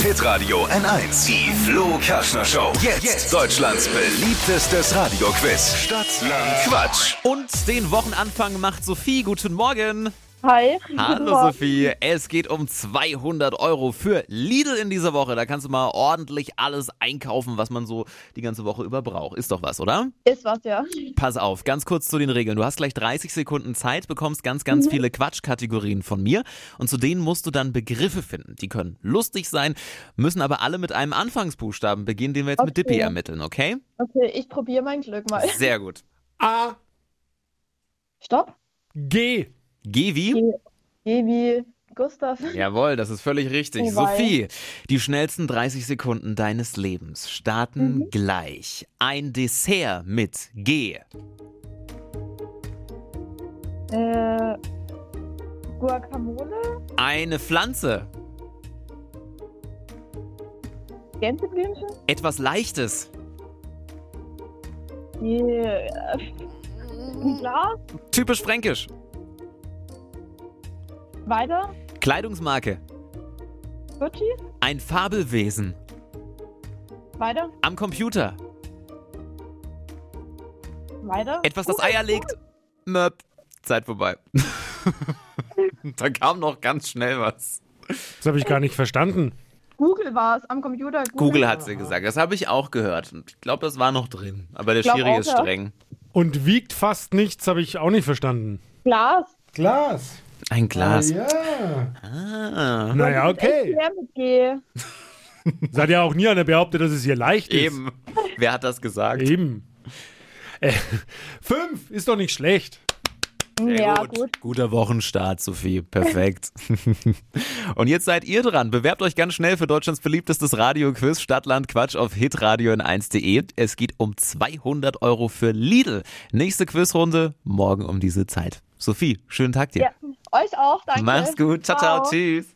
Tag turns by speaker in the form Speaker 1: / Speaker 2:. Speaker 1: Hitradio N1. Die Flo Kaschner Show. Jetzt, Deutschlands beliebtestes Radioquiz. Stadt, Land, Quatsch.
Speaker 2: Und den Wochenanfang macht Sophie. Guten Morgen.
Speaker 3: Hi.
Speaker 2: Hallo
Speaker 3: Ja.
Speaker 2: Sophie. Es geht um 200 Euro für Lidl in dieser Woche. Da kannst du mal ordentlich alles einkaufen, was man so die ganze Woche über braucht. Ist doch was, oder?
Speaker 3: Ist was, ja.
Speaker 2: Pass auf, ganz kurz zu den Regeln. Du hast gleich 30 Sekunden Zeit, bekommst ganz, ganz viele Quatschkategorien von mir und zu denen musst du dann Begriffe finden. Die können lustig sein, müssen aber alle mit einem Anfangsbuchstaben beginnen, den wir jetzt mit
Speaker 3: Okay.
Speaker 2: Dippi ermitteln, okay?
Speaker 3: Okay, ich probiere mein Glück mal.
Speaker 2: Sehr gut.
Speaker 4: A.
Speaker 3: Stopp.
Speaker 4: G.
Speaker 2: Geh wie?
Speaker 3: Geh wie Gustav.
Speaker 2: Jawohl, das ist völlig richtig.
Speaker 3: Oh, wei.
Speaker 2: Sophie, die schnellsten 30 Sekunden deines Lebens starten
Speaker 3: Mhm.
Speaker 2: gleich. Ein Dessert mit G.
Speaker 3: Äh, Guacamole,
Speaker 2: Eine Pflanze.
Speaker 3: Gänseblümchen,
Speaker 2: Etwas Leichtes.
Speaker 3: die, äh, ein Glas,
Speaker 2: Typisch fränkisch.
Speaker 3: weiter,
Speaker 2: Kleidungsmarke.
Speaker 3: Gucci,
Speaker 2: Ein Fabelwesen.
Speaker 3: weiter,
Speaker 2: Am Computer.
Speaker 3: weiter.
Speaker 2: Etwas, das Eier legt. Möp. Zeit vorbei. da kam noch ganz schnell was.
Speaker 4: Das habe ich gar nicht verstanden.
Speaker 3: Google war es am Computer.
Speaker 2: Google hat sie gesagt. Das habe ich auch gehört. Und Ich glaube, das war noch drin. Aber der
Speaker 3: glaub
Speaker 2: Schiri
Speaker 3: auch,
Speaker 2: ist
Speaker 3: ja.
Speaker 2: streng.
Speaker 4: Und wiegt fast nichts, habe ich auch nicht verstanden.
Speaker 3: Glas.
Speaker 4: Glas.
Speaker 2: Ein Glas.
Speaker 4: Ja.
Speaker 2: Ah.
Speaker 4: Naja,
Speaker 3: Echt
Speaker 4: okay.
Speaker 3: schwer mit G.
Speaker 4: Das hat ja auch nie einer behauptet, dass es hier leicht
Speaker 2: Eben. Wer hat das gesagt?
Speaker 4: ist. Eben. Äh, fünf ist doch nicht schlecht.
Speaker 2: Sehr
Speaker 3: ja,
Speaker 2: gut.
Speaker 3: gut.
Speaker 2: Guter Wochenstart, Sophie. Perfekt. Und jetzt seid ihr dran. Bewerbt euch ganz schnell für Deutschlands beliebtestes Radioquiz Stadtland Quatsch auf hitradio in 1.de. Es geht um 200 Euro für Lidl. Nächste Quizrunde morgen um diese Zeit. Sophie, schönen Tag dir.
Speaker 3: Ja. Euch auch, danke.
Speaker 2: Mach's gut. Ciao, ciao. Tschüss.